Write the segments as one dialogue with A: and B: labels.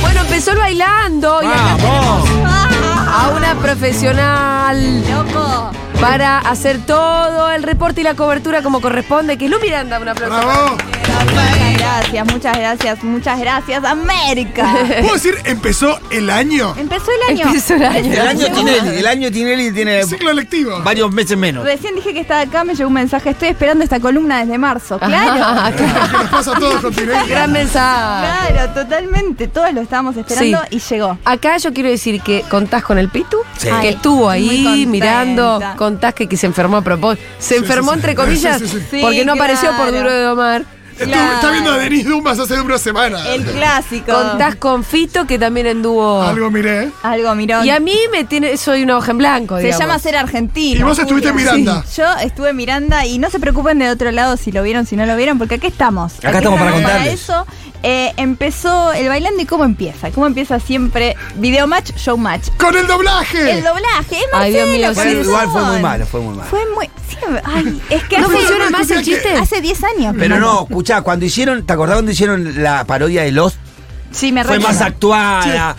A: Bueno, empezó el bailando y acá a una profesional
B: ¡Loco!
A: para hacer todo el reporte y la cobertura como corresponde, que es Lu Miranda, una profesional.
C: ¡Bravo!
B: Muchas gracias, muchas gracias, muchas gracias, América.
C: ¿Puedo decir empezó el año?
B: Empezó el año.
A: Empezó el año.
C: Este
D: El año Tinelli, el año Tinelli tiene
C: El ciclo lectivo.
D: varios meses menos.
B: Recién dije que estaba acá, me llegó un mensaje. Estoy esperando esta columna desde marzo. Claro.
C: Que nos pasa a todos con Tinelli.
A: Gran mensaje.
B: Claro, totalmente. Todos lo estábamos esperando
A: Sí.
B: y llegó.
A: Acá yo quiero decir que contás con el Pitu,
D: Sí.
A: que
B: Ay,
A: estuvo
B: muy
A: ahí
B: contenta.
A: mirando, contás que, que se enfermó a propósito. Se enfermó
C: sí.
A: entre comillas
C: Sí, sí, sí.
A: porque
B: Sí,
A: no apareció por
B: claro.
A: duro de domar.
C: Estuvo-
B: Claro.
C: Está viendo a Denis Dumas hace una semana.
B: El clásico.
A: Contás con Fito que también anduvo.
C: Algo miré. ¿eh?
B: Algo, mirón.
A: Y a mí me tiene, soy una hoja en blanco.
B: Se
A: digamos.
B: llama ser argentino.
C: Y vos estuviste en
B: Julia.
C: Miranda.
B: Sí, Yo estuve en Miranda y no se preocupen de otro lado si lo vieron, si no lo vieron, porque aquí estamos.
D: Acá estamos para
B: Para
D: contarles.
B: eso eh, empezó el bailando y cómo empieza. Cómo empieza siempre video match, show match.
C: ¡Con el doblaje!
B: El doblaje, es
A: Ay, Dios mío,
B: Marcelo,
A: sí.
D: Bueno,
B: corazón.
D: igual fue muy malo, fue muy malo.
B: Fue muy. sí, ay, es que
A: ¿No
B: hace-
A: funciona más el
C: que-
A: chiste?
B: Hace 10 años.
D: Pero no, escuchá, cuando hicieron, ¿te acordás cuando hicieron la parodia de Lost?
B: Sí, me
D: Fue
B: recuerdo.
D: más actuada,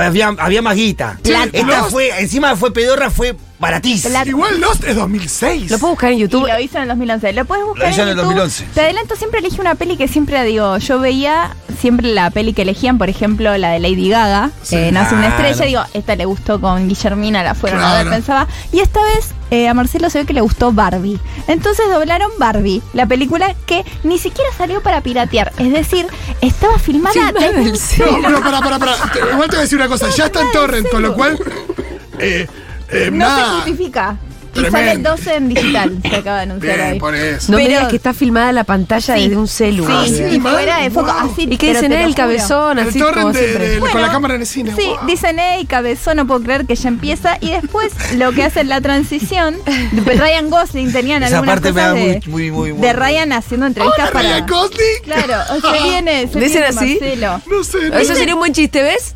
D: había, había más guita.
C: Sí,
D: Esta
C: Lost.
D: fue, encima fue pedorra, fue baratísima.
B: Plat-
C: Igual Lost es 2006.
A: Lo puedo buscar en
B: Y
A: YouTube.
B: lo hizo en el 2011. Lo puedes buscar
D: Lo hizo en el
B: YouTube.
D: 2011.
B: Te adelanto, siempre elegí una peli que siempre digo, yo veía siempre la peli que elegían, por ejemplo, la de Lady Gaga, eh, Nace una
D: Claro.
B: estrella, digo, esta le gustó con Guillermina, la fueron a ver,
C: Claro.
B: pensaba. Y esta vez eh, a Marcelo se ve que le gustó Barbie. Entonces doblaron Barbie, la película que ni siquiera salió para piratear. Es decir, estaba filmada
A: Filmada
B: desde
A: del
B: un
A: celu.
C: No, pero pará, pará, pará. Te- Igual te voy a decir una cosa. Ya está en Torrent, con lo cual. Eh, eh,
B: No
C: nada.
B: se justifica. Y
C: Tremendo.
B: sale el 12 en digital, se acaba de anunciar
C: Bien,
B: hoy.
C: por eso.
A: No me
B: Pero-
A: digas que está filmada la pantalla
B: Sí.
A: desde un celular.
B: Sí,
C: sí,
B: y
C: man,
B: fuera de foco.
C: wow.
B: Así,
A: ¿Y qué
B: pero
A: dicen
B: te lo
A: el
B: juro.
A: cabezón?
C: El
A: Así como
C: torrent de-
A: siempre.
C: de- con
B: Bueno,
C: la cámara en el cine.
B: Sí,
C: wow.
B: dicen, hey, cabezón, no puedo creer que ya empieza. Y después lo que hacen la transición, Ryan Gosling tenían
D: Esa
B: algunas
D: parte me
B: cosas
D: da
B: de,
D: muy, muy, muy, muy-
B: de Ryan haciendo entrevistas
C: Hola,
B: para...
C: Ryan Gosling.
B: Claro, se viene,
A: ¿Dicen
B: se viene
A: así?
B: Marcelo.
C: No sé. no
A: Eso
C: sé.
A: sería un buen chiste, ¿ves?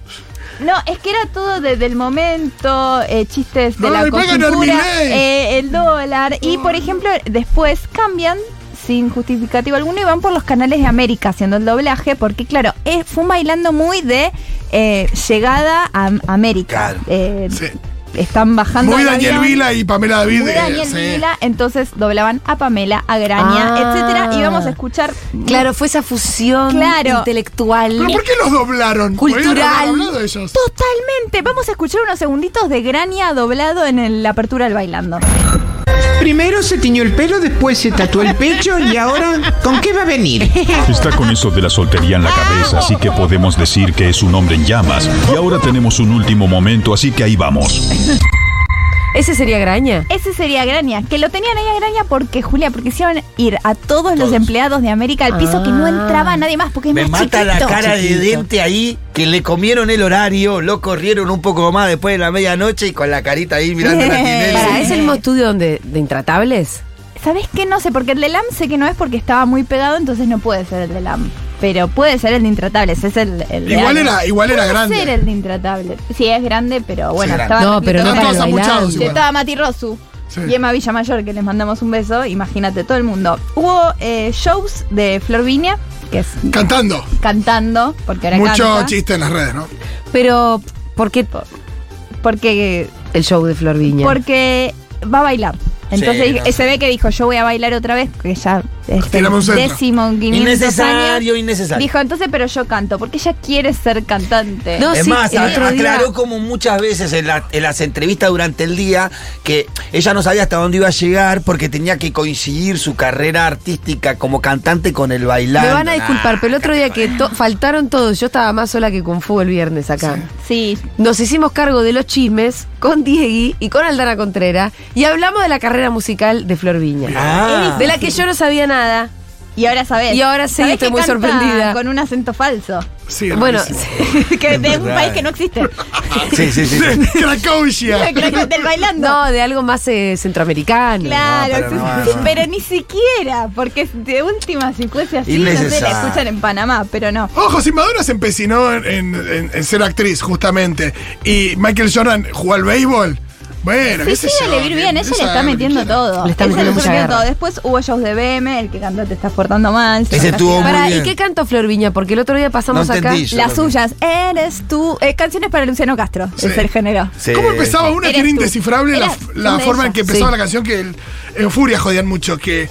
B: No, es que era todo desde el momento, eh, chistes de la
C: Ay, va a ganar
B: coyuntura,
C: Milei.
B: eh, el dólar. Y, por ejemplo, después cambian sin justificativo alguno y van por los canales de América haciendo el doblaje, porque, claro, eh, fue un bailando muy de eh, llegada a América.
D: Claro.
B: Eh,
C: Sí.
B: Están bajando
C: Muy
B: del
C: Daniel
B: avión.
C: Vila y Pamela David.
B: Muy
C: eh,
B: Daniel
C: sí.
B: Vila, entonces doblaban a Pamela, a Graña,
A: Ah.
B: etcétera, y vamos a escuchar
A: Claro, fue esa fusión
B: Claro.
A: intelectual.
C: ¿Pero por qué los doblaron?
A: Cultural.
C: Podrían haber hablado ellos.
B: Totalmente. Vamos a escuchar unos segunditos de Grania doblado en el- la apertura del bailando.
E: Primero se tiñó el pelo, después se tatuó el pecho y ahora, ¿con qué va a venir?
F: Está con eso de la soltería en la cabeza, así que podemos decir que es un hombre en llamas. Y ahora tenemos un último momento, así que ahí vamos.
A: Ese sería Graña.
B: Ese sería Grania, que lo tenían ahí a Grania porque, Julia, porque hicieron ir a todos, los empleados de América al piso que no entraba nadie más porque es
D: Me
B: más
D: mata la
B: chiquito.
D: cara de
B: Chiquito.
D: dente ahí, que le comieron el horario, lo corrieron un poco más después de la medianoche y con la carita ahí mirando la
A: Pará,
D: Tinelli.
A: ¿Es el mismo estudio donde, de Intratables?
B: ¿Sabés qué? No sé, porque el de LAM sé que no es porque estaba muy pegado, entonces no puede ser el de LAM. Pero puede ser el de Intratables, es el, el de
C: Igual
B: Alan.
C: era- igual era
B: Puede
C: grande.
B: ser el de Intratables. Sí, es grande, pero bueno,
D: grande.
B: estaba
A: No, pero no para
B: completo.
C: Están todos
A: el bailando.
C: amuchados
B: Sí,
C: igual.
B: estaba Mati Rosu
C: Sí.
B: y Emma Villamayor, que les mandamos un beso, imagínate todo el mundo. Hubo eh, shows de Flor Viña, que es
C: Cantando.
B: cantando, porque ahora
C: Mucho
B: canta,
C: chiste en las redes, ¿no?
A: Pero, ¿por qué
B: porque,
A: el show de Flor Viña?
B: porque va a bailar. Entonces
D: Sí, no.
B: eh, se ve que dijo, yo voy a bailar otra vez, que ya es el
C: Tirame un centro.
B: décimo, quinientos
D: Innecesario,
B: años.
D: innecesario.
B: Dijo, entonces, pero yo canto, porque ella quiere ser cantante.
A: No,
D: es
A: sí,
D: más,
A: el
D: a-
A: otro día-
D: aclaró como muchas veces en, la- en las entrevistas durante el día que ella no sabía hasta dónde iba a llegar porque tenía que coincidir su carrera artística como cantante con el bailar. Ah.
A: Me van a disculpar, pero el otro día que to- faltaron todos, yo estaba más sola que con fútbol el viernes acá.
B: Sí,
A: Nos hicimos cargo de los chismes con Diegui y con Aldana Contreras y hablamos de la carrera musical de Flor Viña.
D: Ah.
A: De la que yo no sabía nada.
B: y ahora sabes.
A: Y ahora sí,
B: Sabés
A: estoy
B: que
A: muy
B: canta
A: sorprendida.
B: Con un acento falso.
C: Sí,
A: Bueno,
C: rarísimo.
B: que de un
D: Claro.
B: país que no existe.
D: Sí, sí, sí.
C: De Cracovia.
B: del bailando.
A: no, de algo más eh, centroamericano.
B: Claro,
D: No, pero no,
B: existe.
D: no.
B: pero ni siquiera, porque es de última secuencia sí, no sé, la
D: Innecesario.
B: escuchan en Panamá, pero no.
C: Ojo, si Madonna se empecinó en, en- en- en ser actriz, justamente, y Michael Jordan jugó al béisbol, bueno,
B: Sí,
C: qué
B: sí,
C: sé yo,
B: dale, vir bien,
C: que
B: ella le
C: ella
B: está
C: haga lo que
B: metiendo
C: quiera.
B: todo.
A: Le está
B: Ella
A: metiendo mucha
B: está metiendo
A: guerra.
B: todo. Después hubo shows de BM, el que cantó Te estás portando mal.
D: Ese estuvo muy
A: Pará, ¿y
D: bien.
A: qué canto Florviña? Porque el otro día pasamos
D: No
A: acá.
D: entendí yo.
B: Las suyas, eres tú. Eh, canciones para Luciano Castro,
C: Sí.
B: es el género.
D: Sí.
C: ¿Cómo empezaba una que
B: Eres
C: era
B: tú.
C: indescifrable la,
B: Eras
C: la
B: una de
C: forma en
B: ellas.
C: que empezaba
A: Sí.
C: la canción que el- en Furia jodían mucho? Que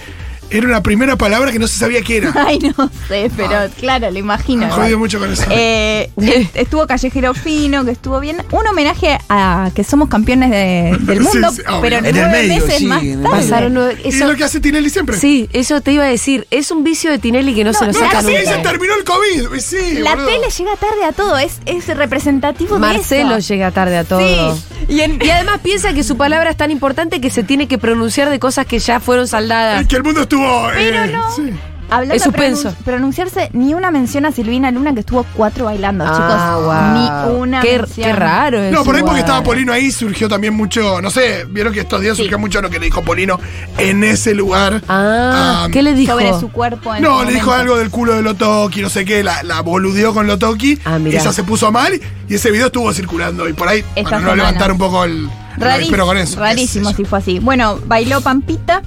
C: era una primera palabra que no se sabía qué era.
B: Ay, no sé, pero
D: Ah.
B: claro, lo imagino.
C: Han jodido mucho con eso.
B: Eh, est- estuvo Callejero Fino, que estuvo bien. Un homenaje a que somos campeones de- del
C: Sí,
B: mundo,
C: sí, obvio.
B: pero
D: En el
B: nueve
D: medio,
B: meses
D: sí,
B: más
D: en el
B: tarde.
A: Pasaron nueve-
C: y
A: eso-
C: es lo que hace Tinelli siempre.
A: Sí, eso te iba a decir. Es un vicio de Tinelli que no, se nos
B: no,
A: saca
C: Casi se
A: nunca.
C: terminó el COVID. Y Sí,
B: La
C: boludo.
B: tele llega tarde a todo, es, es representativo
A: Marcelo
B: de eso.
A: llega tarde a todo.
B: Sí, y en-
A: Y además piensa que su palabra es tan importante que se tiene que pronunciar de cosas que ya fueron
C: Eh,
A: saldadas.
C: Que el mundo estuvo.
B: Pero
C: eh,
B: no.
C: sí.
B: Hablando
A: Es
B: de
A: suspenso.
B: pronun- pronunciarse ni una mención a Silvina Luna que estuvo cuatro bailando,
A: Ah,
B: chicos.
A: guau.
B: Ni una
A: Qué,
B: mención.
A: qué raro eso.
C: No, por ahí porque
A: guau.
C: estaba Polino ahí, surgió también mucho. No sé, vieron que estos días surgió mucho lo que le dijo Polino en ese lugar.
A: Ah,
C: Um,
A: ¿qué le dijo?
B: Sobre su cuerpo. en
C: No,
B: ese
C: le dijo
B: momento.
C: algo del culo de Lotoki, no sé qué, la, la boludeó con Lotoki.
A: Ah, mirá.
C: ella se puso mal y ese video estuvo circulando. Y por ahí,
B: Esta
C: para no
B: semana.
C: levantar un poco el.
B: Rarísimo,
C: Pero con eso.
B: rarísimo
C: qué sé
B: si fue así. Bueno, bailó Pampita,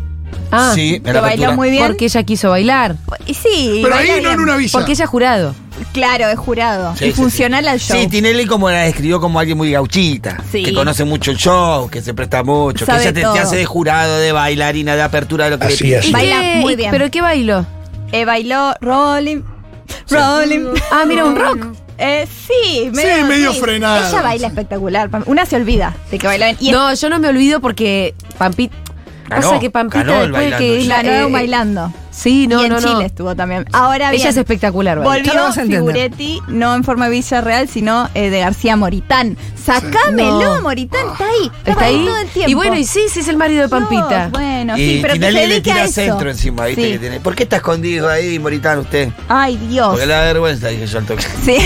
A: Ah,
D: Sí, en
B: que
D: la
B: bailó
D: apertura.
B: muy bien.
A: porque ella quiso bailar.
B: Y sí,
C: yo. Pero
B: baila
C: ahí no
B: bien.
C: en una villa.
A: Porque ella es jurado.
B: Claro, es jurado.
D: Sí,
B: y
D: sí,
B: funcional
D: sí.
B: al show.
D: Sí, Tinelli como la describió como alguien muy gauchita,
B: Sí.
D: que conoce mucho el show, que se presta mucho,
B: Sabe
D: que ella te- te,
B: todo.
D: hace de jurado, de bailarina, de apertura, de lo que
C: Así
D: le
C: es.
A: ¿Y
B: Baila
A: qué-
B: muy
A: y-
B: bien.
A: ¿Pero qué bailó?
B: Eh, bailó Rolling. Rolling.
A: Ah, mira, un rock.
B: Eh, sí, medio,
C: medio frenado.
B: Ella baila espectacular. Pam- Una se olvida de que baila bien. Y
A: No, yo no me olvido porque Pampita.
D: Ganó,
A: pasa que Pampita
D: ganó el
A: después de que
D: bailando.
A: es la.
B: la nueva
A: eh,
B: bailando.
A: Sí, no,
B: y en
A: no,
B: Chile
A: no.
B: estuvo también. Ahora bien.
A: Ella es espectacular, baila.
G: Ya lo
B: Volvió
G: vas a entender.
B: Figuretti, no en forma de Villarreal, sino eh, de García Moritán. Sacámelo,
A: No.
D: Ah.
B: Moritán, está ahí. Está,
A: Está ahí.
B: todo el tiempo.
A: Y bueno, y sí, sí es el marido de Pampita.
B: Dios, bueno,
D: y
B: sí, pero que se
D: Tinelli le
B: dedique a
D: tira
B: eso.
D: centro encima, ¿viste?
B: Sí.
D: Que tiene. ¿Por qué está escondido ahí, Moritán, usted?
B: Ay, Dios.
D: Porque le da vergüenza, dije yo al toque.
B: Sí.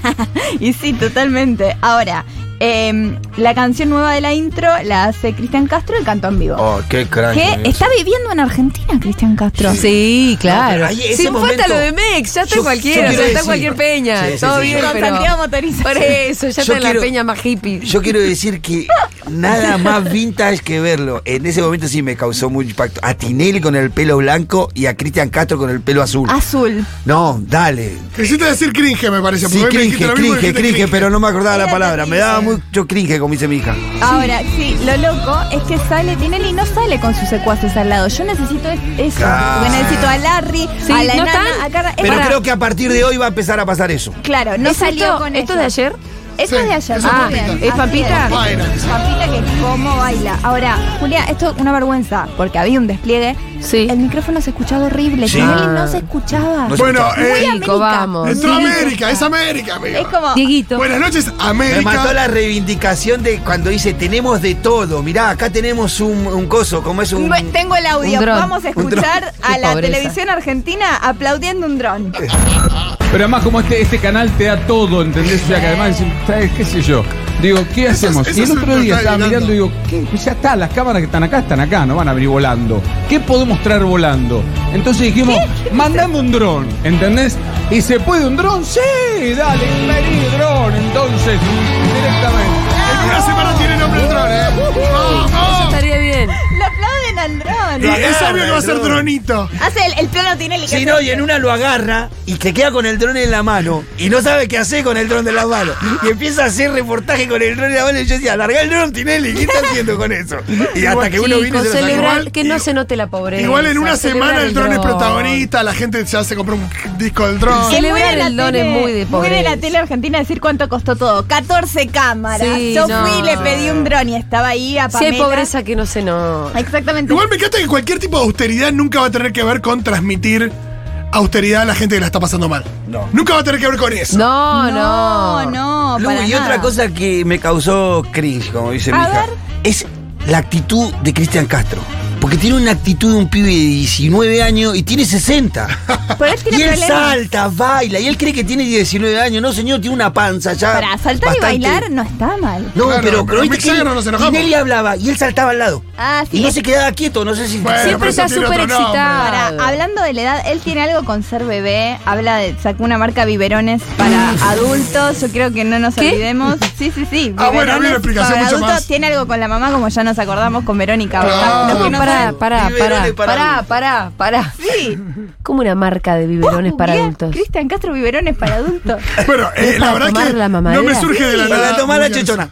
B: y sí, totalmente. Ahora, em, la canción nueva de la intro la hace Cristian Castro, el canto en vivo.
D: Oh, qué crack.
B: que
D: amigo.
B: está viviendo en Argentina, Cristian Castro.
A: Sí, claro.
D: pero ahí ese
A: Sin falta
D: momento-
A: lo de Mex, ya está
D: Yo- yo
A: cualquiera,
D: quiero
A: ya está
D: decir-
A: cualquier peña.
D: Sí, sí,
A: todo
D: sí,
A: bien,
D: sí.
B: Con
A: pero.
B: Santiago Motoriza.
A: Por eso, ya
D: Yo
A: está
D: quiero-
A: la peña más hippie.
D: Yo quiero decir que nada más vintage que verlo. En ese momento sí me causó mucho impacto. A Tinelli con el pelo blanco y a Cristian Castro con el pelo azul.
B: Azul.
D: No, dale.
C: Quisiste decir cringe, me parece.
D: Sí,
C: porque me
D: cringe,
C: dijiste lo
D: cringe,
C: mismo que
D: cringe,
C: dijiste
D: pero no me acordaba la
B: Era
D: palabra. Me daba
B: terrible.
D: mucho cringe, como dice mi hija.
B: Ahora, sí, lo loco es que sale Tinelli y no sale con sus secuaces al lado. Yo necesito es- eso.
D: Claro.
B: porque necesito a Larry,
A: Sí,
B: a la
A: no
B: enana,
A: están.
B: a Carla. Es
D: Pero
B: para-
D: creo que a partir de hoy va a empezar a pasar eso.
B: Claro, no
A: ¿Es
B: salió
A: esto,
B: con
A: ¿Esto
B: ellos.
A: de ayer?
B: Eso
C: Sí,
B: es de ayer.
C: eso es
B: muy
C: Pampita.
B: bien.
A: ¿Es
B: Así
A: Pampita?
C: Baila.
B: Pampita que cómo baila. Ahora, Julia, esto es una vergüenza, porque había un despliegue.
A: Sí.
B: El micrófono se escuchaba horrible.
D: Sí.
B: Tinelli
A: Ah.
B: no se escuchaba.
D: No se
C: Bueno,
D: escuchaba.
C: eh,
B: Muy
A: Chico, vamos.
C: entró
B: Sí,
D: eh.
C: América,
B: sí.
C: es América, amigo.
B: Es como.
A: Dieguito.
C: Buenas noches, América.
D: Me mató la reivindicación de cuando dice tenemos de todo. Mirá, acá tenemos un, un coso, como es un.
B: "Bueno, Tengo el audio.
A: Un dron.
B: Vamos a
D: Un dron.
B: escuchar a
A: Qué
B: la
A: pobreza.
B: televisión argentina aplaudiendo un dron.
D: Eh.
H: Pero además como este, este canal te da todo, ¿entendés? O sea, que además, dicen, ¿sabes qué sé yo? Digo, ¿qué
C: Eso es-
H: hacemos?
C: eso
H: y el
C: es lo
H: otro
C: que
H: día
C: está
H: estaba
C: llegando.
H: mirando y digo, ¿qué? Pues ya está, las cámaras que están acá están acá, no van a venir volando. ¿Qué podemos traer volando? Entonces dijimos, mandame un dron, ¿entendés? ¿Y se puede un dron? Sí, dale, vení dron, entonces, directamente.
C: En una semana tiene nombre el dron, ¿eh? ¡Vamos!
A: Estaría bien.
B: Lo aplauden al dron.
C: Y es obvio que va a ser
D: Dron.
C: dronito.
B: Hace el, el plano Tinelli. que
D: Si
B: hace-
D: no, y en una lo agarra y te queda con el dron en la mano y no sabe qué hacer con el dron de las manos. Y empieza a hacer reportaje con el dron en la mano y yo decía, alargá el dron, Tinelli, ¿qué está haciendo con eso? Y hasta que uno vino
A: Chicos,
D: y se lo sacó.
A: celebrar
C: Igual-
A: que no
C: igual-
A: se note la pobreza.
C: Igual en una
A: celebrar
C: semana el dron es protagonista, la gente ya se compró un disco del dron.
A: Sí.
B: Es muy
A: Celebrar
B: de la
A: el don es
B: tele-
A: muy de
B: de la
A: pobreza.
B: tele argentina decir cuánto costó todo. 14 cámaras.
A: Sí,
B: Yo
A: no.
B: fui y le pedí un dron y estaba ahí a
A: Si hay
B: Pamela.
A: pobreza que no se note.
B: Exactamente.
C: Igual me encanta que cualquier tipo de austeridad nunca va a tener que ver con transmitir austeridad a la gente que la está pasando mal.
D: No.
C: Nunca va a tener que ver con eso.
A: No, no.
B: no, no.
D: Lu,
B: para
D: y
B: nada.
D: otra cosa que me causó cringe, como dice
B: A
D: mi hija,
B: ver.
D: es la actitud de Cristian Castro. Porque Porque tiene una actitud de un pibe de 19 años y tiene 60.
B: Por él tiene
D: y él
B: problemas.
D: salta, baila, y él cree que tiene 19 años. No, señor, tiene una panza ya.
B: Para saltar
D: bastante-
B: y bailar no está mal.
D: No,
C: Claro,
D: pero,
C: pero
D: pero viste
C: Mick
D: que
C: Jagger no nos enojamos.
D: Tinelli hablaba y él saltaba al lado.
B: Ah,
D: y
B: sí.
D: no se quedaba quieto, no sé si.
C: Bueno,
A: Siempre
C: pero
A: está
C: eso tiene
A: súper
C: otro nombre.
B: Ahora,
A: excitado.
B: hablando de la edad, él tiene algo con ser bebé. Habla de. sacó una marca biberones para adultos. Yo creo que no nos
A: ¿Qué?
B: olvidemos. Sí, sí, sí.
C: Ah, bueno,
B: biberones
C: había una explicación
B: para
C: mucho
B: adultos.
C: más.
B: Tiene algo con la mamá, como ya nos acordamos con Verónica.
C: Claro.
B: Botá.
C: No,
B: Los que
A: No,
B: no
A: pará,
B: saben-
A: pará, pará,
D: Biberones para
A: pará,
D: adultos.
A: pará, pará.
B: Sí.
A: Como una marca de
B: ¿Vos
A: biberones para
B: googleás
A: adultos.
B: Cristian Castro, biberones para adultos.
C: Bueno, eh,
A: ¿Es para
C: la verdad
A: tomar
C: que
A: la
C: no me
A: mamadera?
C: surge de la
D: Para
C: nada.
D: tomar la
C: muy bien.
D: chechona.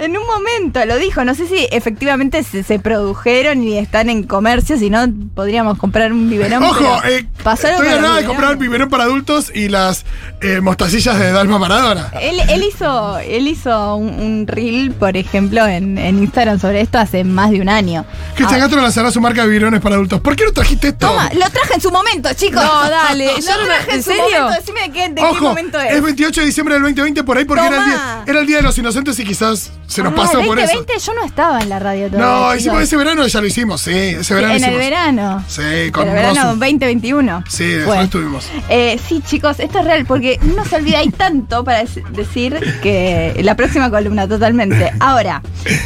B: En un momento lo dijo, no sé si efectivamente se, se produjeron y están en comercio, si no podríamos comprar un biberón.
C: Ojo,
B: pero
C: eh,
B: pasó algo
C: estoy
B: con los
C: de nada de
B: biberones.
C: comprar el biberón para adultos y las eh, mostacillas de Dalma Maradona.
B: Él, él hizo, él hizo un, un reel, por ejemplo, en, en Instagram sobre esto hace más de un año.
C: Cristian
B: Ah,
C: Castro lanzará su marca de biberones para adultos. ¿Por qué no trajiste esto?
B: Toma, lo traje en su momento, chicos.
A: No, dale,
B: Lo
A: yo no me-
B: traje en
A: ¿en
B: su
A: serio?
B: momento. Decime de qué, de qué
C: Ojo,
B: momento es.
C: 28 de diciembre del 2020 por ahí porque era el,
B: Tomá.
C: día, era el Día de los Inocentes y quizás se nos
B: Ah,
C: pasó por eso.
B: 2020 yo no estaba en la radio todavía.
C: No,
B: chicos.
C: hicimos ese verano, ya lo hicimos, sí, ese verano
B: En el
C: hicimos.
B: verano.
C: Sí,
B: En
C: con
B: el verano
C: Rosu.
B: 2021.
C: Sí, después
B: Bueno.
C: estuvimos.
B: Eh, sí, chicos, esto es real, porque uno se olvida, hay tanto para dec- decir que la próxima columna, totalmente. Ahora,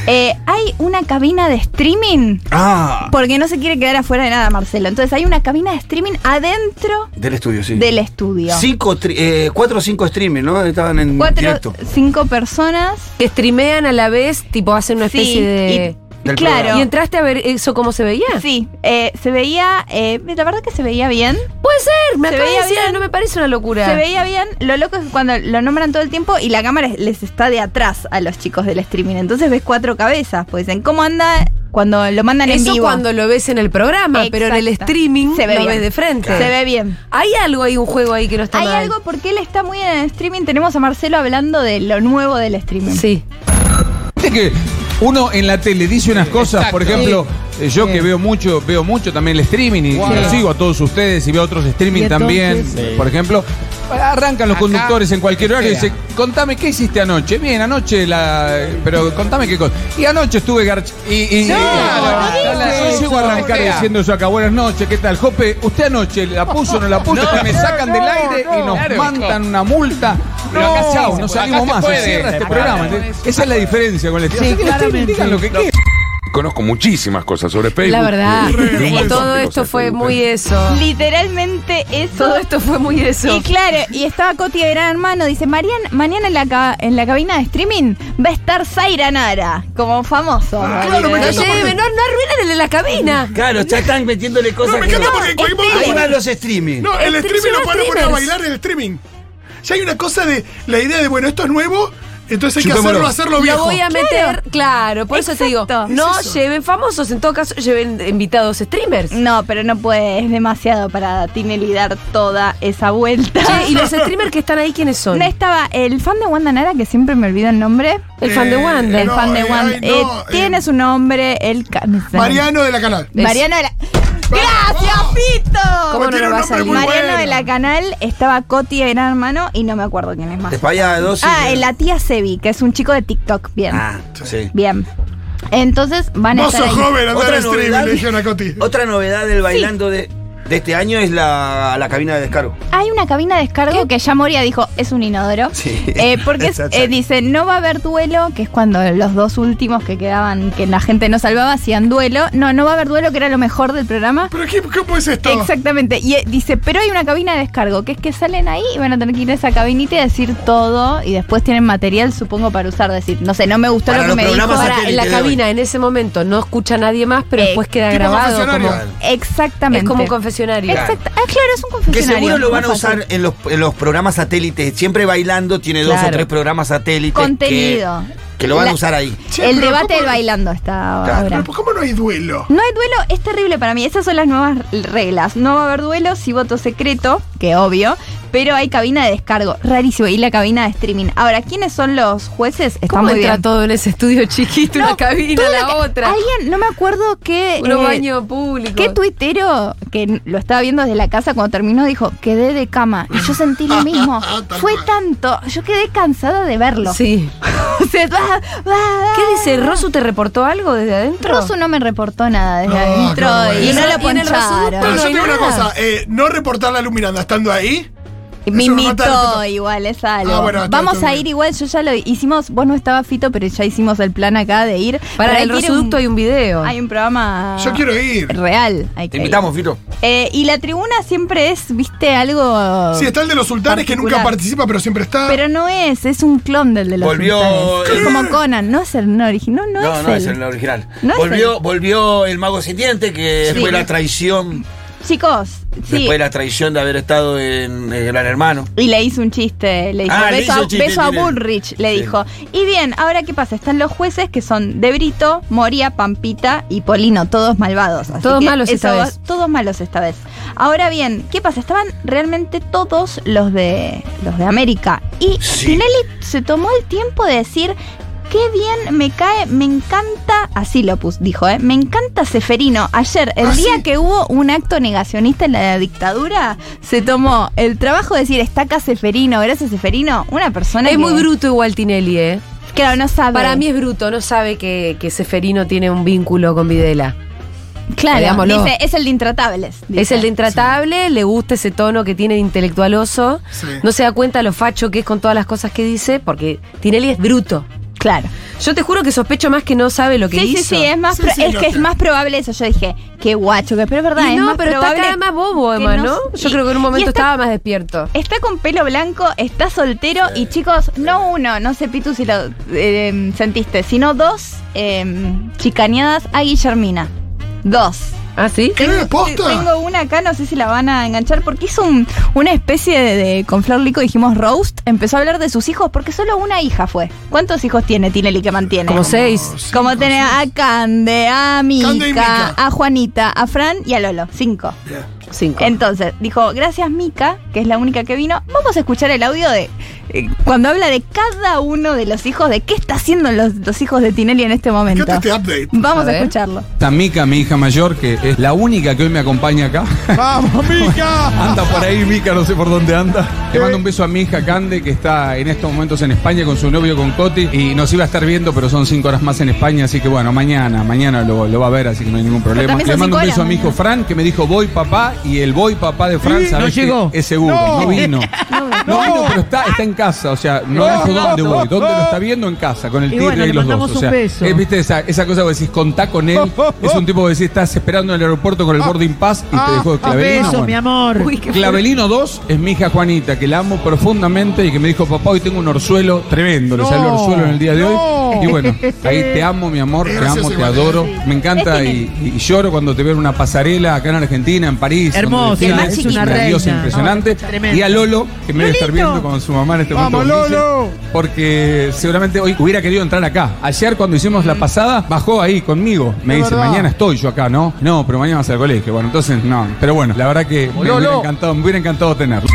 B: eh, hay una cabina de streaming,
D: Ah,
B: porque no se quiere quedar afuera de nada, Marcelo. Entonces hay una cabina de streaming adentro
D: del estudio, sí.
B: del estudio.
D: Cinco, tri- eh, cuatro o cinco streaming, ¿no? Estaban en
B: Cuatro,
D: directo.
B: cinco personas.
A: Que streamean a la vez, tipo hacen una especie
B: sí,
A: de.
B: y-
D: Del
B: claro.
D: programa.
A: ¿Y entraste a ver eso cómo se veía?
B: Sí, eh, se veía, eh, la verdad que se veía bien.
A: Puede ser, me
B: Se
A: acabas de
B: veía
A: decir,
B: bien.
A: no me parece una locura.
B: Se veía bien. Lo loco es que cuando lo nombran todo el tiempo y la cámara les está de atrás a los chicos del streaming. Entonces ves cuatro cabezas. Pues dicen, ¿cómo anda cuando lo mandan en
A: Eso
B: vivo?
A: cuando lo ves en el programa, pero en el
B: Exacto.
A: streaming
B: Se ve
A: lo
B: bien.
A: ves de frente.
B: Se ve bien.
A: Hay algo, hay un juego ahí que no está
B: Hay
A: mal.
B: algo porque él está muy en el streaming. Tenemos a Marcelo hablando de lo nuevo del streaming.
A: Sí.
H: Viste que uno en la tele dice unas cosas, por ejemplo, eh, yo que veo mucho, veo mucho también el streaming y lo sigo a todos ustedes y veo otros streaming también, por ejemplo. Arrancan los conductores en cualquier horario y dicen, contame qué hiciste anoche. Bien, anoche la. Pero contame qué cosa. Y anoche estuve garch. Y, y- Claro, yo llego a arrancar diciendo yo acá, buenas noches, ¿qué tal? Jope, usted anoche la puso o no la puso, Ustedes me sacan del aire y nos mandan una multa. Pero acá chao, no salimos más, se cierra este programa. ¿entendés? Esa es la diferencia con el estilo. Así que ustedes digan lo que quieran.
I: Conozco muchísimas cosas sobre Facebook.
A: La verdad.
I: de- de- de-
A: Todo
I: de-
A: esto
I: de-
A: fue
I: de-
A: muy eso.
B: Literalmente eso.
A: Todo esto fue muy eso.
B: Y claro, y estaba Coti de Gran Hermano, dice, Marian, mañana en la, ca- en la cabina de streaming va a estar Zaira Nara, como famoso.
C: claro, me
A: No
C: encanta
A: lleven,
C: porque-
A: no, no arruinen el de la cabina.
D: Claro, ya están metiéndole cosas
C: No, me
D: que
C: encanta porque en cualquier momento-
D: Ahí van los streaming.
C: No, el
A: Stream-
C: streaming
A: son
C: lo pueden poner a
A: streamers.
C: bailar el streaming. Ya hay una cosa de la idea de, bueno, esto es nuevo, entonces hay que
D: Chupémoslo.
C: hacerlo, hacerlo viejo.
A: Lo voy a meter, claro, por eso te digo,
B: Exacto.
A: no
C: Es eso.
A: lleven famosos, en todo caso lleven invitados streamers.
B: No, pero no puede, es demasiado para Tinelli dar toda esa vuelta.
A: Che, y los streamers que están ahí, ¿quiénes son?
B: No estaba el fan de Wanda Nara, que siempre me olvido el nombre.
A: El fan de
C: Eh,
A: Wanda.
B: el
C: no,
B: fan de
C: eh,
B: Wanda.
C: ay,
B: Eh,
C: no, eh.
B: tiene su nombre, el
C: Mariano de la Canal.
B: Mariano de la. ¡Gracias, Pito!
A: ¿Cómo no
C: tiene
A: lo
C: un
A: vas a
C: nombre muy
A: adivinar?
B: Mariano
C: bueno.
B: de la canal estaba Coti de Gran Hermano y no me acuerdo quién es más.
D: De España, dos. sí.
B: Ah, eh, la tía Sebi, que es un chico de TikTok. Bien.
D: Ah, sí.
B: Bien. Entonces van a
C: Vos
B: estar.
C: sos
B: ahí.
C: joven, andá
D: Otra
C: al streaming,
D: novedad.
C: le dijeron a Coti.
D: Otra novedad del bailando de, de este año es la, la cabina de descargo.
B: Hay una cabina de descargo que ya Moria dijo es un inodoro.
D: Sí.
B: Eh, porque es-
D: Exacto.
B: eh, dice no va a haber duelo, que es cuando los dos últimos que quedaban, que la gente no salvaba, hacían duelo. No, no va a haber duelo, que era lo mejor del programa.
C: ¿Pero qué, cómo es esto?
B: Exactamente. Y eh, dice, pero hay una cabina de descargo, que es que salen ahí y van a tener que ir a esa cabinita y decir todo. Y después tienen material, supongo, para usar. Decir, no sé, no me gustó
D: Para
B: lo que
D: los
B: me dijo.
D: programas
B: Ahora,
A: Ahora, en la
D: satélite de hoy.
A: cabina, en ese momento, no escucha a nadie más, pero
B: Eh,
A: después queda
C: tipo
A: grabado.
C: confesionario.
A: Como, es
B: exactamente.
A: como un confesionario.
B: Exacta- ah, claro, es un
D: Que
B: confesionario.
D: seguro lo
B: muy
D: van a
B: fácil.
D: usar en los, en los programas satélites. Siempre bailando tiene dos
A: Claro.
D: o tres programas satélites. que-
B: Contenido.
D: Que, lo van
B: La-
D: a usar ahí.
C: Che,
B: el
C: pero
B: debate
C: ¿cómo-
B: del bailando está
D: Claro,
B: ahora.
C: Pero ¿Cómo no hay duelo?
B: No hay duelo, es terrible para mí. Esas son las nuevas reglas. No va a haber duelo, si voto secreto, que obvio, pero hay cabina de descargo. Rarísimo. Y la cabina de streaming. Ahora, ¿quiénes son los jueces? Está
A: ¿Cómo
B: muy
A: entra
B: bien.
A: todo en ese estudio chiquito?
B: No,
A: una cabina,
B: todo
A: la
B: lo que-
A: otra.
B: Alguien, no me acuerdo qué.
A: Un
B: eh,
A: baño público.
B: ¿Qué tuitero que n- lo estaba viendo desde la casa cuando terminó dijo, quedé de cama? Y yo sentí lo mismo.
C: Ah, Tal
B: Fue
C: cual.
B: tanto, yo quedé cansada de verlo.
A: Sí.
B: O sea, ah,
A: ¿Qué dice? ¿Rosu te reportó algo desde adentro?
B: Rosu no me reportó nada desde
C: No,
B: adentro
C: qué vergüenza.
B: y no lo
A: Y en el
B: poncharon.
A: Rosuducto
C: Pero
A: no
C: yo
A: hay
C: digo una
A: nada.
C: cosa, eh, no reportarla a Lu Miranda estando ahí.
B: Me
C: Eso no mata el
B: invitó
C: respeto.
B: igual, es algo.
C: Ah, bueno, está
B: Vamos
C: todo
B: a
C: bien.
B: ir igual, yo ya lo hicimos, vos no estabas fito, pero ya hicimos el plan acá de ir. Pero
A: Para
B: hay
A: el
B: que ir a
A: rosuducto hay un video.
B: Hay un programa
C: Yo quiero ir.
B: real. Hay
D: Te
B: que ir.
D: invitamos, Fito.
B: Eh, y la tribuna siempre es, viste, algo...
C: Sí, está el de los sultanes que nunca
B: Particular.
C: participa, pero siempre está.
B: Pero no es, es un clon del de los
D: Volvió,
B: sultanes.
D: eh,
B: Es como Conan, no es el no original. No, no,
D: No,
B: es,
D: no
B: él.
D: es el original.
B: No es
D: volvió, volvió el mago sin diente, que
B: Sí.
D: fue la traición,
B: Chicos, sí.
D: después de la traición de haber estado en el Gran Hermano.
B: Y le hizo un chiste, le dijo,
D: Ah, le
B: beso,
D: hizo
B: a-
D: un chiste,
B: beso a
D: tiene-
B: Bullrich, le
D: Sí.
B: dijo. Y bien, ahora qué pasa, están los jueces que son De Brito, Moria, Pampita y Polino, todos malvados. Así
A: Todos
B: que
A: malos
B: eso
A: esta
B: va-
A: vez.
B: Todos malos esta vez. Ahora bien, ¿qué pasa? Estaban realmente todos los de los de América. Y
D: Sí.
B: Tinelli se tomó el tiempo de decir. Qué bien me cae, me encanta, así lo pus- dijo, ¿eh? me encanta Seferino. Ayer, el
C: ¿Ah,
B: día
C: sí?
B: que hubo un acto negacionista en la dictadura, se tomó el trabajo de decir, está acá Seferino, gracias Seferino, una persona
A: Es
B: que-
A: muy bruto igual Tinelli, ¿eh?
B: Claro, no sabe.
A: Para mí es bruto, no sabe que, que Seferino tiene un vínculo con Videla.
B: claro,
A: digámoslo.
B: dice, es el de intratables.
A: Es
B: dice.
A: el de intratable, le gusta ese tono que tiene de intelectualoso.
C: Sí.
A: No se da cuenta lo facho que es con todas las cosas que dice, porque Tinelli es bruto.
B: Claro.
A: Yo te juro que sospecho más que no sabe lo que
B: Sí, sí,
A: hizo.
B: sí, es, más
C: Sí,
B: pro-
C: sí,
B: es
C: lo
B: que
C: sé.
B: es más probable eso. Yo dije, qué guacho, que pero es verdad.
A: Y
B: es
A: no,
B: más
A: pero está
B: probable
A: cada vez más bobo,
B: que
A: Emma, ¿no? Yo
B: y-
A: creo que en un momento
B: y está-
A: estaba más despierto.
B: Está con pelo blanco, está soltero y chicos, no uno, no sé Pitu si lo eh, sentiste, sino dos eh, chicaneadas a Guillermina. Dos.
A: ¿Ah, sí?
C: ¿Qué? ¿Posta?
B: Tengo una acá, no sé si la van a enganchar, porque hizo un- una especie de, de- con Flor Lico, dijimos roast, empezó a hablar de sus hijos, porque solo una hija fue. ¿Cuántos hijos tiene Tinelli que mantiene?
A: Como seis.
C: Cinco,
B: Como tiene a Cande, a
C: Cande y
B: Mica,
C: Mica.
B: a Juanita, a Fran y a Lolo. Cinco.
A: Cinco.
B: Entonces, dijo, gracias Mica, que es la única que vino. Vamos a escuchar el audio de eh, cuando habla de cada uno de los hijos, de qué está haciendo los, los hijos de Tinelli en este
C: ¿Qué
B: momento.
C: onda este update?
B: Vamos
A: A
B: a,
A: ver.
B: escucharlo.
H: Está Mica, mi hija mayor, que es la única que hoy me acompaña acá.
E: ¡Vamos, Mica!
H: Anda por ahí, Mica, no sé por dónde anda. Le mando un beso a mi hija Cande, que está en estos momentos en España con su novio, con Coti. Y nos iba a estar viendo, pero son cinco horas más en España, así que bueno, mañana, mañana lo, lo va a ver, así que no hay ningún problema.
B: también son
H: Le mando un
B: cinco
H: beso a
B: horas
H: mi hijo Fran, que me dijo voy papá, y el voy papá de Fran, ¿sabes qué? Es seguro, no, vino. No, vino, pero está, está en casa, o sea, no, dijo dónde voy, dónde lo está viendo en casa, con el tigre y los dos. O sea, eh, viste esa, esa cosa que decís, contá con él, es un tipo que decís, estás esperando en el aeropuerto con el boarding pass y te dejó de clavelino. bueno.
E: amor.
H: Clavelino 2 es mi hija Juanita, que la amo profundamente y que me dijo, papá, hoy tengo un orzuelo tremendo. Le salió el orzuelo en el día de hoy. Y bueno, ahí te amo, mi amor, te
C: Gracias,
H: amo, te
C: igual.
H: adoro. Me encanta y, y lloro cuando te veo en una pasarela acá en Argentina, en París.
E: Hermosa,
H: donde
E: es
H: desfiles,
E: una reina.
H: diosa impresionante. y a Lolo, que me debe estar viendo con su mamá en este momento.
E: Vamos,
H: Ulises,
E: Lolo.
H: Porque seguramente hoy hubiera querido entrar acá. Ayer, cuando hicimos
E: Mm.
H: la pasada, bajó ahí conmigo. Me
E: Es
H: dice,
E: verdad.
H: mañana estoy yo acá, ¿no? No, pero mañana vas al colegio. Bueno, entonces no. Pero bueno, la verdad que me, me hubiera encantado, me hubiera encantado tenerlo.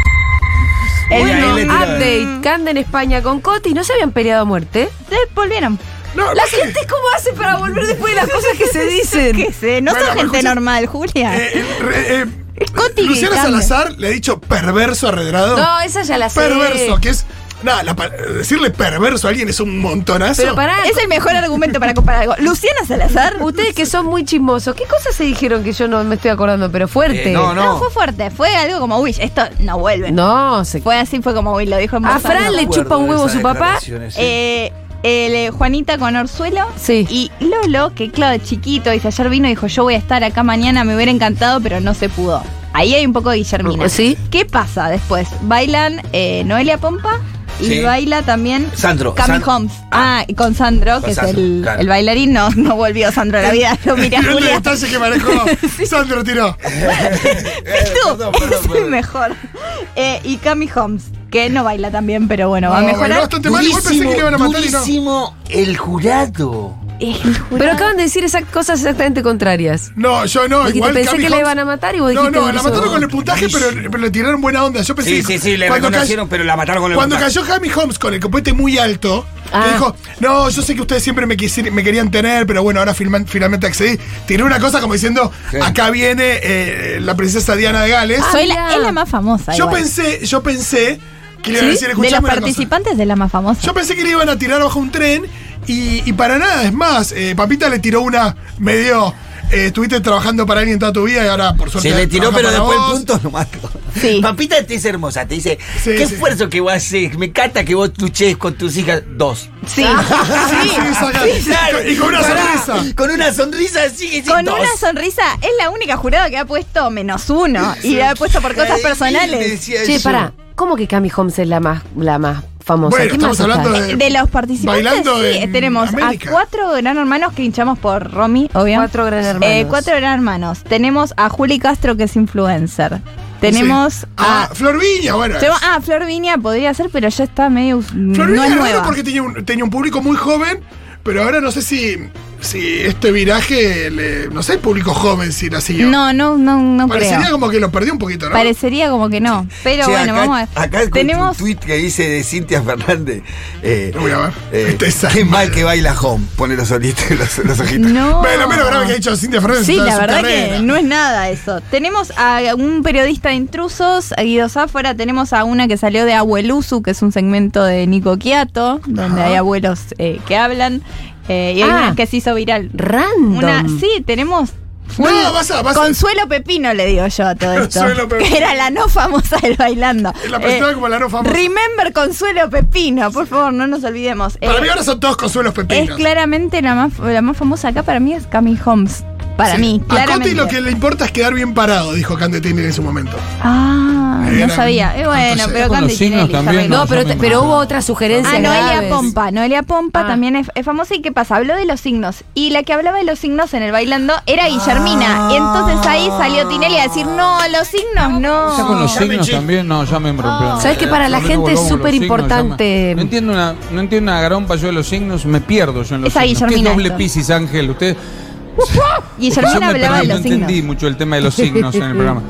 A: Bueno,
D: ahí le tira-
A: update. Canda en España con Coti. ¿No se habían peleado a muerte?
B: Se volvieron.
C: No,
A: La gente, ¿cómo hace para volver después de las cosas que se dicen?
B: ¿Qué sé? No
C: Bueno,
B: son gente
C: escucha-
B: normal, Julia.
C: eh, eh, re- eh,
B: Coti que
C: Luciana
B: cambia.
C: Salazar le ha dicho perverso a Redrado.
A: No, esa ya la sé.
C: perverso, que es. Nada, la pa- decirle perverso a alguien es un montonazo.
A: Pero pará,
B: Es el mejor argumento para comparar algo. Luciana Salazar.
A: ustedes que son muy chismosos, ¿qué cosas se dijeron que yo no me estoy acordando, pero fuerte?
D: Eh, no, no.
B: fue fuerte. Fue algo como, uy, esto no vuelve.
A: No, se...
B: Fue así, fue como, uy, lo dijo en
A: A
B: voz alta.
A: Fran le chupa un huevo
D: Esas
A: su papá.
D: declaraciones, sí.
B: Eh, el, eh, Juanita con Orzuelo.
A: Sí.
B: Y Lolo, que claro, chiquito, dice, ayer vino y dijo, yo voy a estar acá mañana, me hubiera encantado, pero no se pudo. Ahí hay un poco de Guillermina.
A: Sí.
B: ¿Qué pasa después? Bailan eh, Noelia Pompa y
D: Sí.
B: baila también...
D: Sandro.
B: Cami
D: San-
B: Holmes. Ah, y con Sandro,
D: Con
B: que
D: Sandro,
B: es el,
D: claro.
B: el bailarín. No, no volvió Sandro a la vida. Lo miré a
C: Mirá el
B: Julia.
C: detalle que manejó. Sandro tiró.
B: Pitu,
D: Eh, perdón, perdón,
B: es el
D: perdón.
B: mejor. Eh, y Cami Holmes, que no baila también, pero bueno, va a
C: No,
B: mejorar.
C: bailó bastante mal, igual pensé que le iban a matar y no.
D: durísimo el jurado.
B: El jurado-
A: Pero acaban de decir exact- cosas exactamente contrarias.
C: No, yo no,
A: Dijiste,
C: igual.
A: pensé
C: Cami
A: que la
C: Hobbs-
A: iban a matar y vos
C: No,
A: dijiste.
C: no, la
A: "Buenísimo".
C: mataron con el puntaje, pero, pero le tiraron buena onda. Yo pensé
D: Sí, sí, sí, le
C: cuando cayó-
D: reconocieron, pero la mataron con el
C: Cuando
D: puntaje.
C: cayó Jamie Holmes con el copete muy alto,
A: Ah.
C: le dijo, no, yo sé que ustedes siempre me, quisi- me querían tener, pero bueno, ahora filman- finalmente accedí. Tiró una cosa como diciendo, acá viene eh, la princesa Diana de Gales.
A: Ah,
B: Soy
A: mirá.
B: la, es la más famosa.
C: yo
B: igual.
C: pensé, yo pensé que le
B: ¿Sí?
C: iban a decir,
B: De los
C: escuchame una cosa".
B: participantes es la más famosa.
C: Yo pensé que le iban a tirar bajo un tren Y, y para nada, es más, eh, Papita le tiró una medio. eh, estuviste trabajando para alguien toda tu vida y ahora, por suerte.
D: Se le tiró,
C: trabaja
D: pero
C: para
D: después
C: vos.
D: el punto lo mató.
B: Sí.
D: Papita te dice hermosa, te dice,
C: Sí,
D: qué
C: sí.
D: esfuerzo que vos haces, me encanta que vos luches con tus hijas. Dos.
B: Sí.
C: Sí, sí, saca-
D: Claro.
C: y con una
D: Pará,
C: sonrisa.
D: Con una sonrisa sigue
B: Con
D: dos.
B: una sonrisa, es la única jurada que ha puesto menos uno y la ha puesto por cosas
D: Ay, le
B: personales.
D: decía
A: Che,
D: eso.
A: pará, ¿cómo que Cami Holmes es la más, la más famosa?
C: Bueno,
A: ¿Qué más
C: estamos hablando
A: está?
C: de-
B: Eh, De los participantes,
C: Bailando
B: sí,
C: en
B: tenemos
C: América.
B: a cuatro gran hermanos que hinchamos por Romy, obvio.
A: Cuatro gran hermanos.
B: Eh, cuatro gran hermanos. Tenemos a Juli Castro, que es influencer. Tenemos
C: Sí.
B: a.
C: Ah, Flor Viña, bueno.
B: Llevo- ah, Flor Viña podría ser, pero ya está medio.
C: Flor
B: no
C: Viña
B: es
C: es raro
B: nueva.
C: porque tenía un, tenía un público muy joven, pero ahora no sé si, si este viraje, le- no sé, el público joven si la siguió.
B: No, no, no, no
C: Parecería
B: creo.
C: como que lo perdió un poquito, ¿no?
B: Parecería como que no. Pero
D: Che,
B: bueno,
D: acá,
B: vamos a ver.
D: Acá con
B: Tenemos.
D: un tuit que dice de Cintia Fernández. eh,
C: Lo voy a ver.
D: eh,
C: Este es
D: qué
C: animal.
D: mal que baila Home. Pone los ojitos. Los, los ojitos.
B: No.
C: Bueno, menos grave que ha dicho Cintia Fernández.
B: Sí,
C: en toda
B: la
C: su
B: verdad
C: carrera.
B: que no es nada eso. Tenemos a un periodista de intrusos, a Guido Záfora, tenemos a una que salió de Abuelusu, que es un segmento de Nico Quiato, donde hay abuelos eh, que hablan, eh, y hay
A: Ah.
B: una que se hizo viral.
A: Random.
B: Una, sí, tenemos...
C: No, vas a- vas a-
B: Consuelo Pepino le digo yo a todo esto.
C: Consuelo Pepino.
B: Que era la no famosa del bailando.
C: Es La
B: Eh,
C: presentaba como la no famosa.
B: Remember Consuelo Pepino, por favor, no nos olvidemos.
C: Para
B: Eh,
C: mí ahora son todos consuelos
B: es
C: pepinos.
B: claramente la más, la más famosa acá para mí es Cami Holmes. Para
C: Sí.
B: mí,
C: A
B: claramente.
C: Coti lo que le importa es quedar bien parado, dijo Candetini en su momento.
B: Ah,
C: Eran-
B: no sabía. Eh, bueno,
C: entonces,
B: pero
H: con
B: Candy
H: los signos
B: Tinelli
H: también,
B: también.
A: No,
H: No,
A: pero,
H: yo me
A: pero
H: imagino.
A: hubo otras sugerencias.
B: Ah, Noelia
A: graves.
B: Pompa. Noelia Pompa
A: Ah.
B: también es, es famosa. ¿Y qué pasa? Habló de los signos. Y la que hablaba de los signos en el bailando era Guillermina. Entonces ahí salió Tinelli a decir: No, los signos
H: Ya con
B: no.
H: los signos también, no, ya me rompieron.
A: ¿Sabes que para la
H: Ya me
A: gente es
H: revolvamos
A: súper
H: los signos,
A: importante?
H: ya me- No entiendo una, no entiendo una garompa yo de los signos, me pierdo yo en los
B: Esa
H: signos.
B: Guillermina
H: ¿Qué doble
B: esto.
H: piscis, Ángel? Usted. yo
B: Guillermina
H: me
B: hablaba de
H: perdí,
B: los
H: no entendí
B: signos.
H: mucho el tema de los signos en el programa.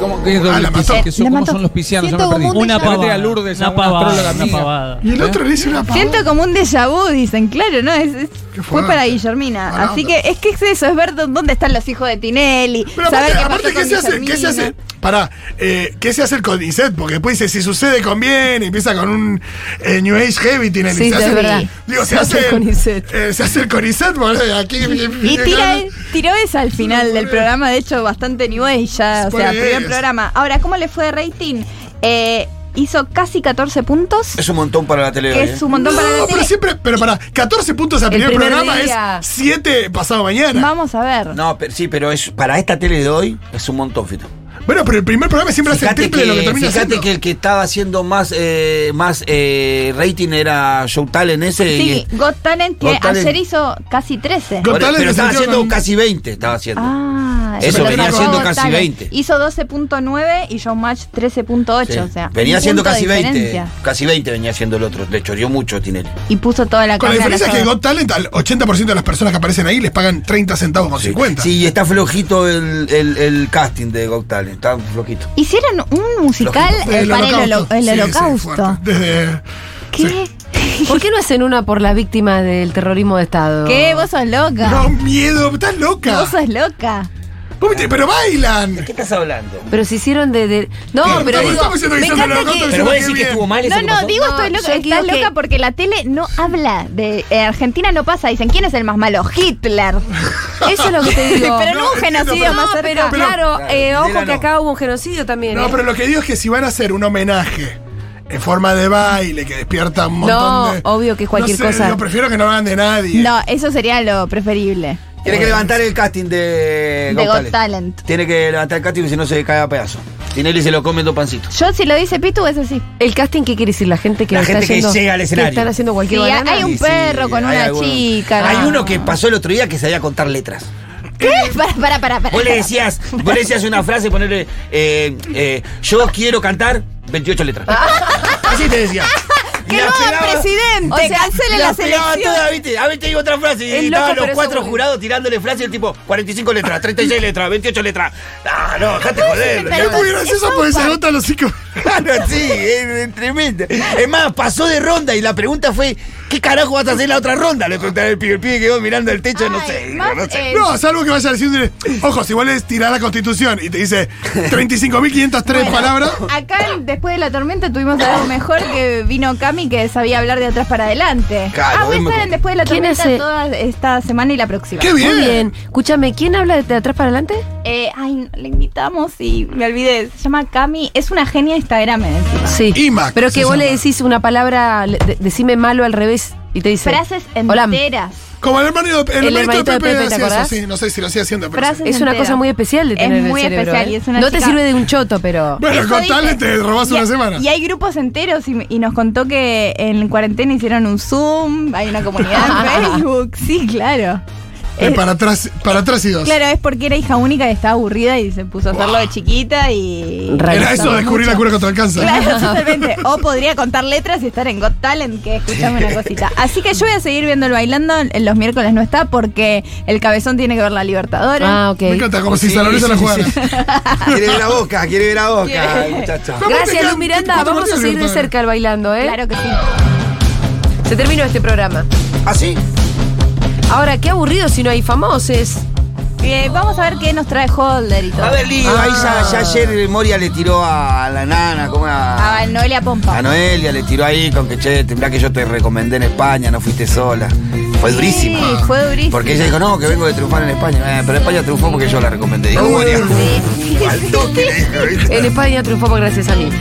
H: ¿Cómo, qué es doble
C: Ah, la
H: piscis?
C: mató.
H: ¿Qué son,
B: La
H: ¿Cómo
B: mató.
H: son los piscianos? Ya me
B: Siento
H: perdí.
B: como un
J: Una
B: déjà vu.
H: Pregúntale a
J: pavada.
H: Lourdes, a
J: Una
H: una astróloga
J: pavada. Una
H: amiga.
J: pavada.
C: Y el
H: ¿Eh?
C: otro le dice una pavada.
B: Siento como un déjà vu, dicen, claro, ¿no? Es, es-
C: Qué
B: fue
C: fuerte.
B: para Guillermina.
C: Mala
B: Así
C: onda.
B: que es que es eso, es ver dó- dónde están los hijos de Tinelli.
C: Pero
B: saber
C: aparte,
B: qué
C: aparte,
B: pasó
C: ¿qué
B: con
C: se hace? ¿Qué se
B: Guillermina.
C: hace? Pará, eh, ¿qué se hace el Codicet? Porque después dice, si sucede, conviene. Empieza con un eh, New Age Heavy, tiene
A: Sí,
C: se
A: es
C: hace,
A: verdad.
C: Digo, se,
A: Se hace
C: hace
A: el Conicet.
C: eh, se hace el Conicet, boludo. Aquí,
B: Y tira, tiró esa al final del programa, de hecho, bastante new age ya, o sea,
C: Spoiler.
B: primer programa. Ahora, ¿cómo le fue de rating? Eh, hizo casi 14 puntos,
D: Es un montón para la tele.
B: que
D: hoy,
B: es
D: ¿eh?
B: un montón para la
C: No, pero
B: tele.
C: siempre, pero para 14 puntos al
A: El
C: primer,
A: primer
C: programa
A: día.
C: es 7 pasado mañana.
B: Vamos a ver.
D: No, pero, sí, pero es para esta tele de hoy es un montón, Fito.
C: Bueno, pero el primer programa siempre hace el triple de lo que termina
D: fíjate
C: haciendo.
D: que el que estaba haciendo más, eh, más eh, rating era Show Talent ese.
B: Sí,
D: y-
B: Got Talent, que
D: eh, Got Talent.
B: ayer hizo casi 13.
C: Got
D: pero
C: Talent
D: pero
C: se
D: estaba
C: metió
D: haciendo
C: con-
D: casi 20, estaba haciendo.
B: Ah,
D: Eso
B: pero
D: venía
B: no,
D: siendo
B: Got
D: casi
B: Talent.
D: 20.
B: Hizo 12.9 y Showmatch 13.8,
D: Sí.
B: o sea.
D: venía
B: un
D: siendo
B: punto de
D: casi 20.
B: diferencia.
D: Casi 20 venía siendo el otro. Le choreó mucho Tinelli.
B: Y puso toda la
C: Con la
B: carne a la
C: diferencia que
B: soda.
C: Got Talent, al 80% de las personas que aparecen ahí les pagan 30 centavos con 50.
D: Sí, y está flojito el, el, el casting de Got Talent. Está flojito.
B: Hicieron un musical
C: Desde
B: eh, para el, holo- el
C: Sí, sí,
B: holocausto.
C: fuerte. Desde.
B: ¿Qué?
A: ¿Por qué no hacen una por las víctimas del terrorismo de Estado?
B: ¿Qué? Vos sos loca.
C: No, miedo, estás loca.
B: Vos sos loca.
C: Vos viste, Pero bailan.
D: ¿Qué estás hablando?
A: Pero se hicieron de. de- No,
C: Pero
A: pero
C: estamos-
A: digo.
C: estamos diciendo que
A: Me
C: hicieron
A: encanta
C: el holocausto
A: que.
D: Pero
C: Eso
D: vos
C: que
D: decís que
C: bien.
D: estuvo mal eso
B: No,
D: que
B: no,
D: pasó?
B: digo
A: No,
B: estoy
A: yo
B: loca.
A: digo
B: Estás
A: que-
B: loca porque la tele no habla de eh, Argentina no pasa. Dicen, ¿quién es el más malo? Hitler.
A: Eso es lo que te digo.
B: pero no
C: no,
B: un
C: entiendo,
B: genocidio
C: pero-
B: más
A: No,
B: cerca.
A: pero
C: Pero-
A: claro, eh,
D: Claro,
A: ojo que
D: no.
A: acá hubo un genocidio también.
C: No,
A: ¿eh?
C: pero lo que digo es que si van a hacer un homenaje en forma de baile que despierta un montón
A: No,
C: de.
A: obvio que es cualquier
C: No sé,
A: cosa.
C: Yo prefiero que no hagan de nadie.
B: No, eso sería lo preferible.
D: Tiene que levantar el casting de
B: De
D: Got
B: Got
D: Talent.
B: Talent.
D: Tiene que levantar el casting porque si no se cae a pedazo. Tinelli se lo come en dos pancitos.
B: Yo, si lo dice Pitu, es así.
A: El casting, ¿qué quiere decir? La gente que
D: La
A: está
D: gente que
A: yendo-
D: llega al escenario.
A: están haciendo cualquier
B: Sí,
A: banana.
B: hay un
D: Sí,
B: perro
D: sí,
B: con
D: hay
B: una
D: alguno.
B: chica.
D: Hay
B: no.
D: uno que pasó el otro día que sabía contar letras.
B: ¿Qué? Para, para, para. para.
D: Vos le decías, vos le decías una frase, ponerle, eh, eh, yo quiero cantar 28 letras. Así te decía.
B: ¡Que
D: Y
B: lo
D: la
B: haga
D: pegaba-
B: presidente!
A: O sea,
B: ¡Cancele
D: la
B: la
D: pegaba
B: selección!
D: toda, ¿viste? A ver, te digo otra frase. Y
A: Es loco,
D: estaban
A: pero
D: los
A: es
D: cuatro
A: aburrido.
D: jurados tirándole frases del tipo 45 letras, 36 letras, 28 letras. Ah, no, dejate joder.
C: Es muy gracioso porque se nota los cinco.
D: Claro, sí, es, es tremendo. Es más, pasó de ronda y la pregunta fue, ¿qué carajo vas a hacer la otra ronda? Le preguntaron al pibe. El pibe quedó mirando el techo, no
B: Ay,
D: sé. digo,
B: más
D: no sé.
B: es-
C: No, salvo que vaya a decir, ojos, igual es tirar la constitución y te dice 35.503 palabras.
B: Acá, en- después de la tormenta, tuvimos algo mejor que vino Cami, que sabía hablar de atrás para adelante.
D: Claro,
B: ah, voy
D: es
B: a estar en
D: mejor.
B: después de la
A: ¿Quién
B: tormenta
A: hace-
B: toda esta semana y la próxima.
C: ¡Qué bien!
A: Muy bien. Escúchame, ¿quién habla de, de atrás para adelante?
B: Eh, ay, no, la invitamos y me olvidé. Se llama Cami, es una genia Instagram encima.
A: Sí.
C: Imac,
A: Pero
C: se
A: que vos
C: llama.
A: le decís una palabra, le- de- decime malo al revés y te dice.
B: Frases
A: Hola.
B: enteras.
C: Como el hermano, el
A: El
C: hermanito de Pepe,
A: ¿te
C: hacía eso,
A: acordás?
C: sí, no sé si lo sigue haciendo, pero.
B: Frases
A: Es una
B: enteras.
A: cosa muy especial de
B: Es
A: tener en el
B: muy
A: cerebro,
B: especial
A: ¿eh?
B: y es una
A: No te
B: chica-
A: sirve de un choto, pero.
C: Bueno,
B: Eso
C: con
B: dice.
C: tal te robás
B: Y-
C: una semana.
B: Y hay grupos enteros y, y nos contó que en cuarentena hicieron un Zoom, hay una comunidad en Facebook. Sí, claro.
C: Eh,
B: Eh,
C: para atrás, para atrás y dos.
B: Claro, es porque era hija única y estaba aburrida y se puso a hacerlo de chiquita y...
A: Ra-
C: Era eso,
A: Realizamos
C: descubrir la cura contra el cáncer.
B: Claro, totalmente. O podría contar letras y estar en Got Talent, que escuchame una cosita. Así que yo voy a seguir viendo el bailando. Los miércoles no está porque el cabezón tiene que ver la Libertadora.
A: Ah, ok.
C: Me encanta, como si
D: Pues Sí,
C: San Lorenzo
D: sí,
C: la
D: sí,
C: jugara.
D: Quiere ver a boca, quiere ver a boca, muchacha.
C: ¿Cómo te
A: Gracias,
C: can-
A: Luz Miranda.
C: cuántos
A: Vamos a
C: partidos
A: seguir de
C: libertadores?
A: cerca el bailando, ¿eh?
B: Claro que sí.
A: Se terminó este programa.
D: ¿Así?
A: Ahora, qué aburrido si no hay famosos.
B: Eh, vamos a ver qué nos trae Holder y todo.
D: A ver, Liga, Ah, ahí ya, ya ayer Moria le tiró a la nana, ¿cómo era?
B: A Ah, Noelia Pompa.
D: A Noelia le tiró ahí con que che, temblá que yo te recomendé en España, no fuiste sola. Fue durísimo.
B: Sí, fue durísimo.
D: Porque ella dijo, no, que vengo de triunfar en España. Eh, pero España triunfó porque yo la recomendé. Dijo, Moria. Al toque le dijo, ¿viste?
A: En España triunfamos gracias a mí.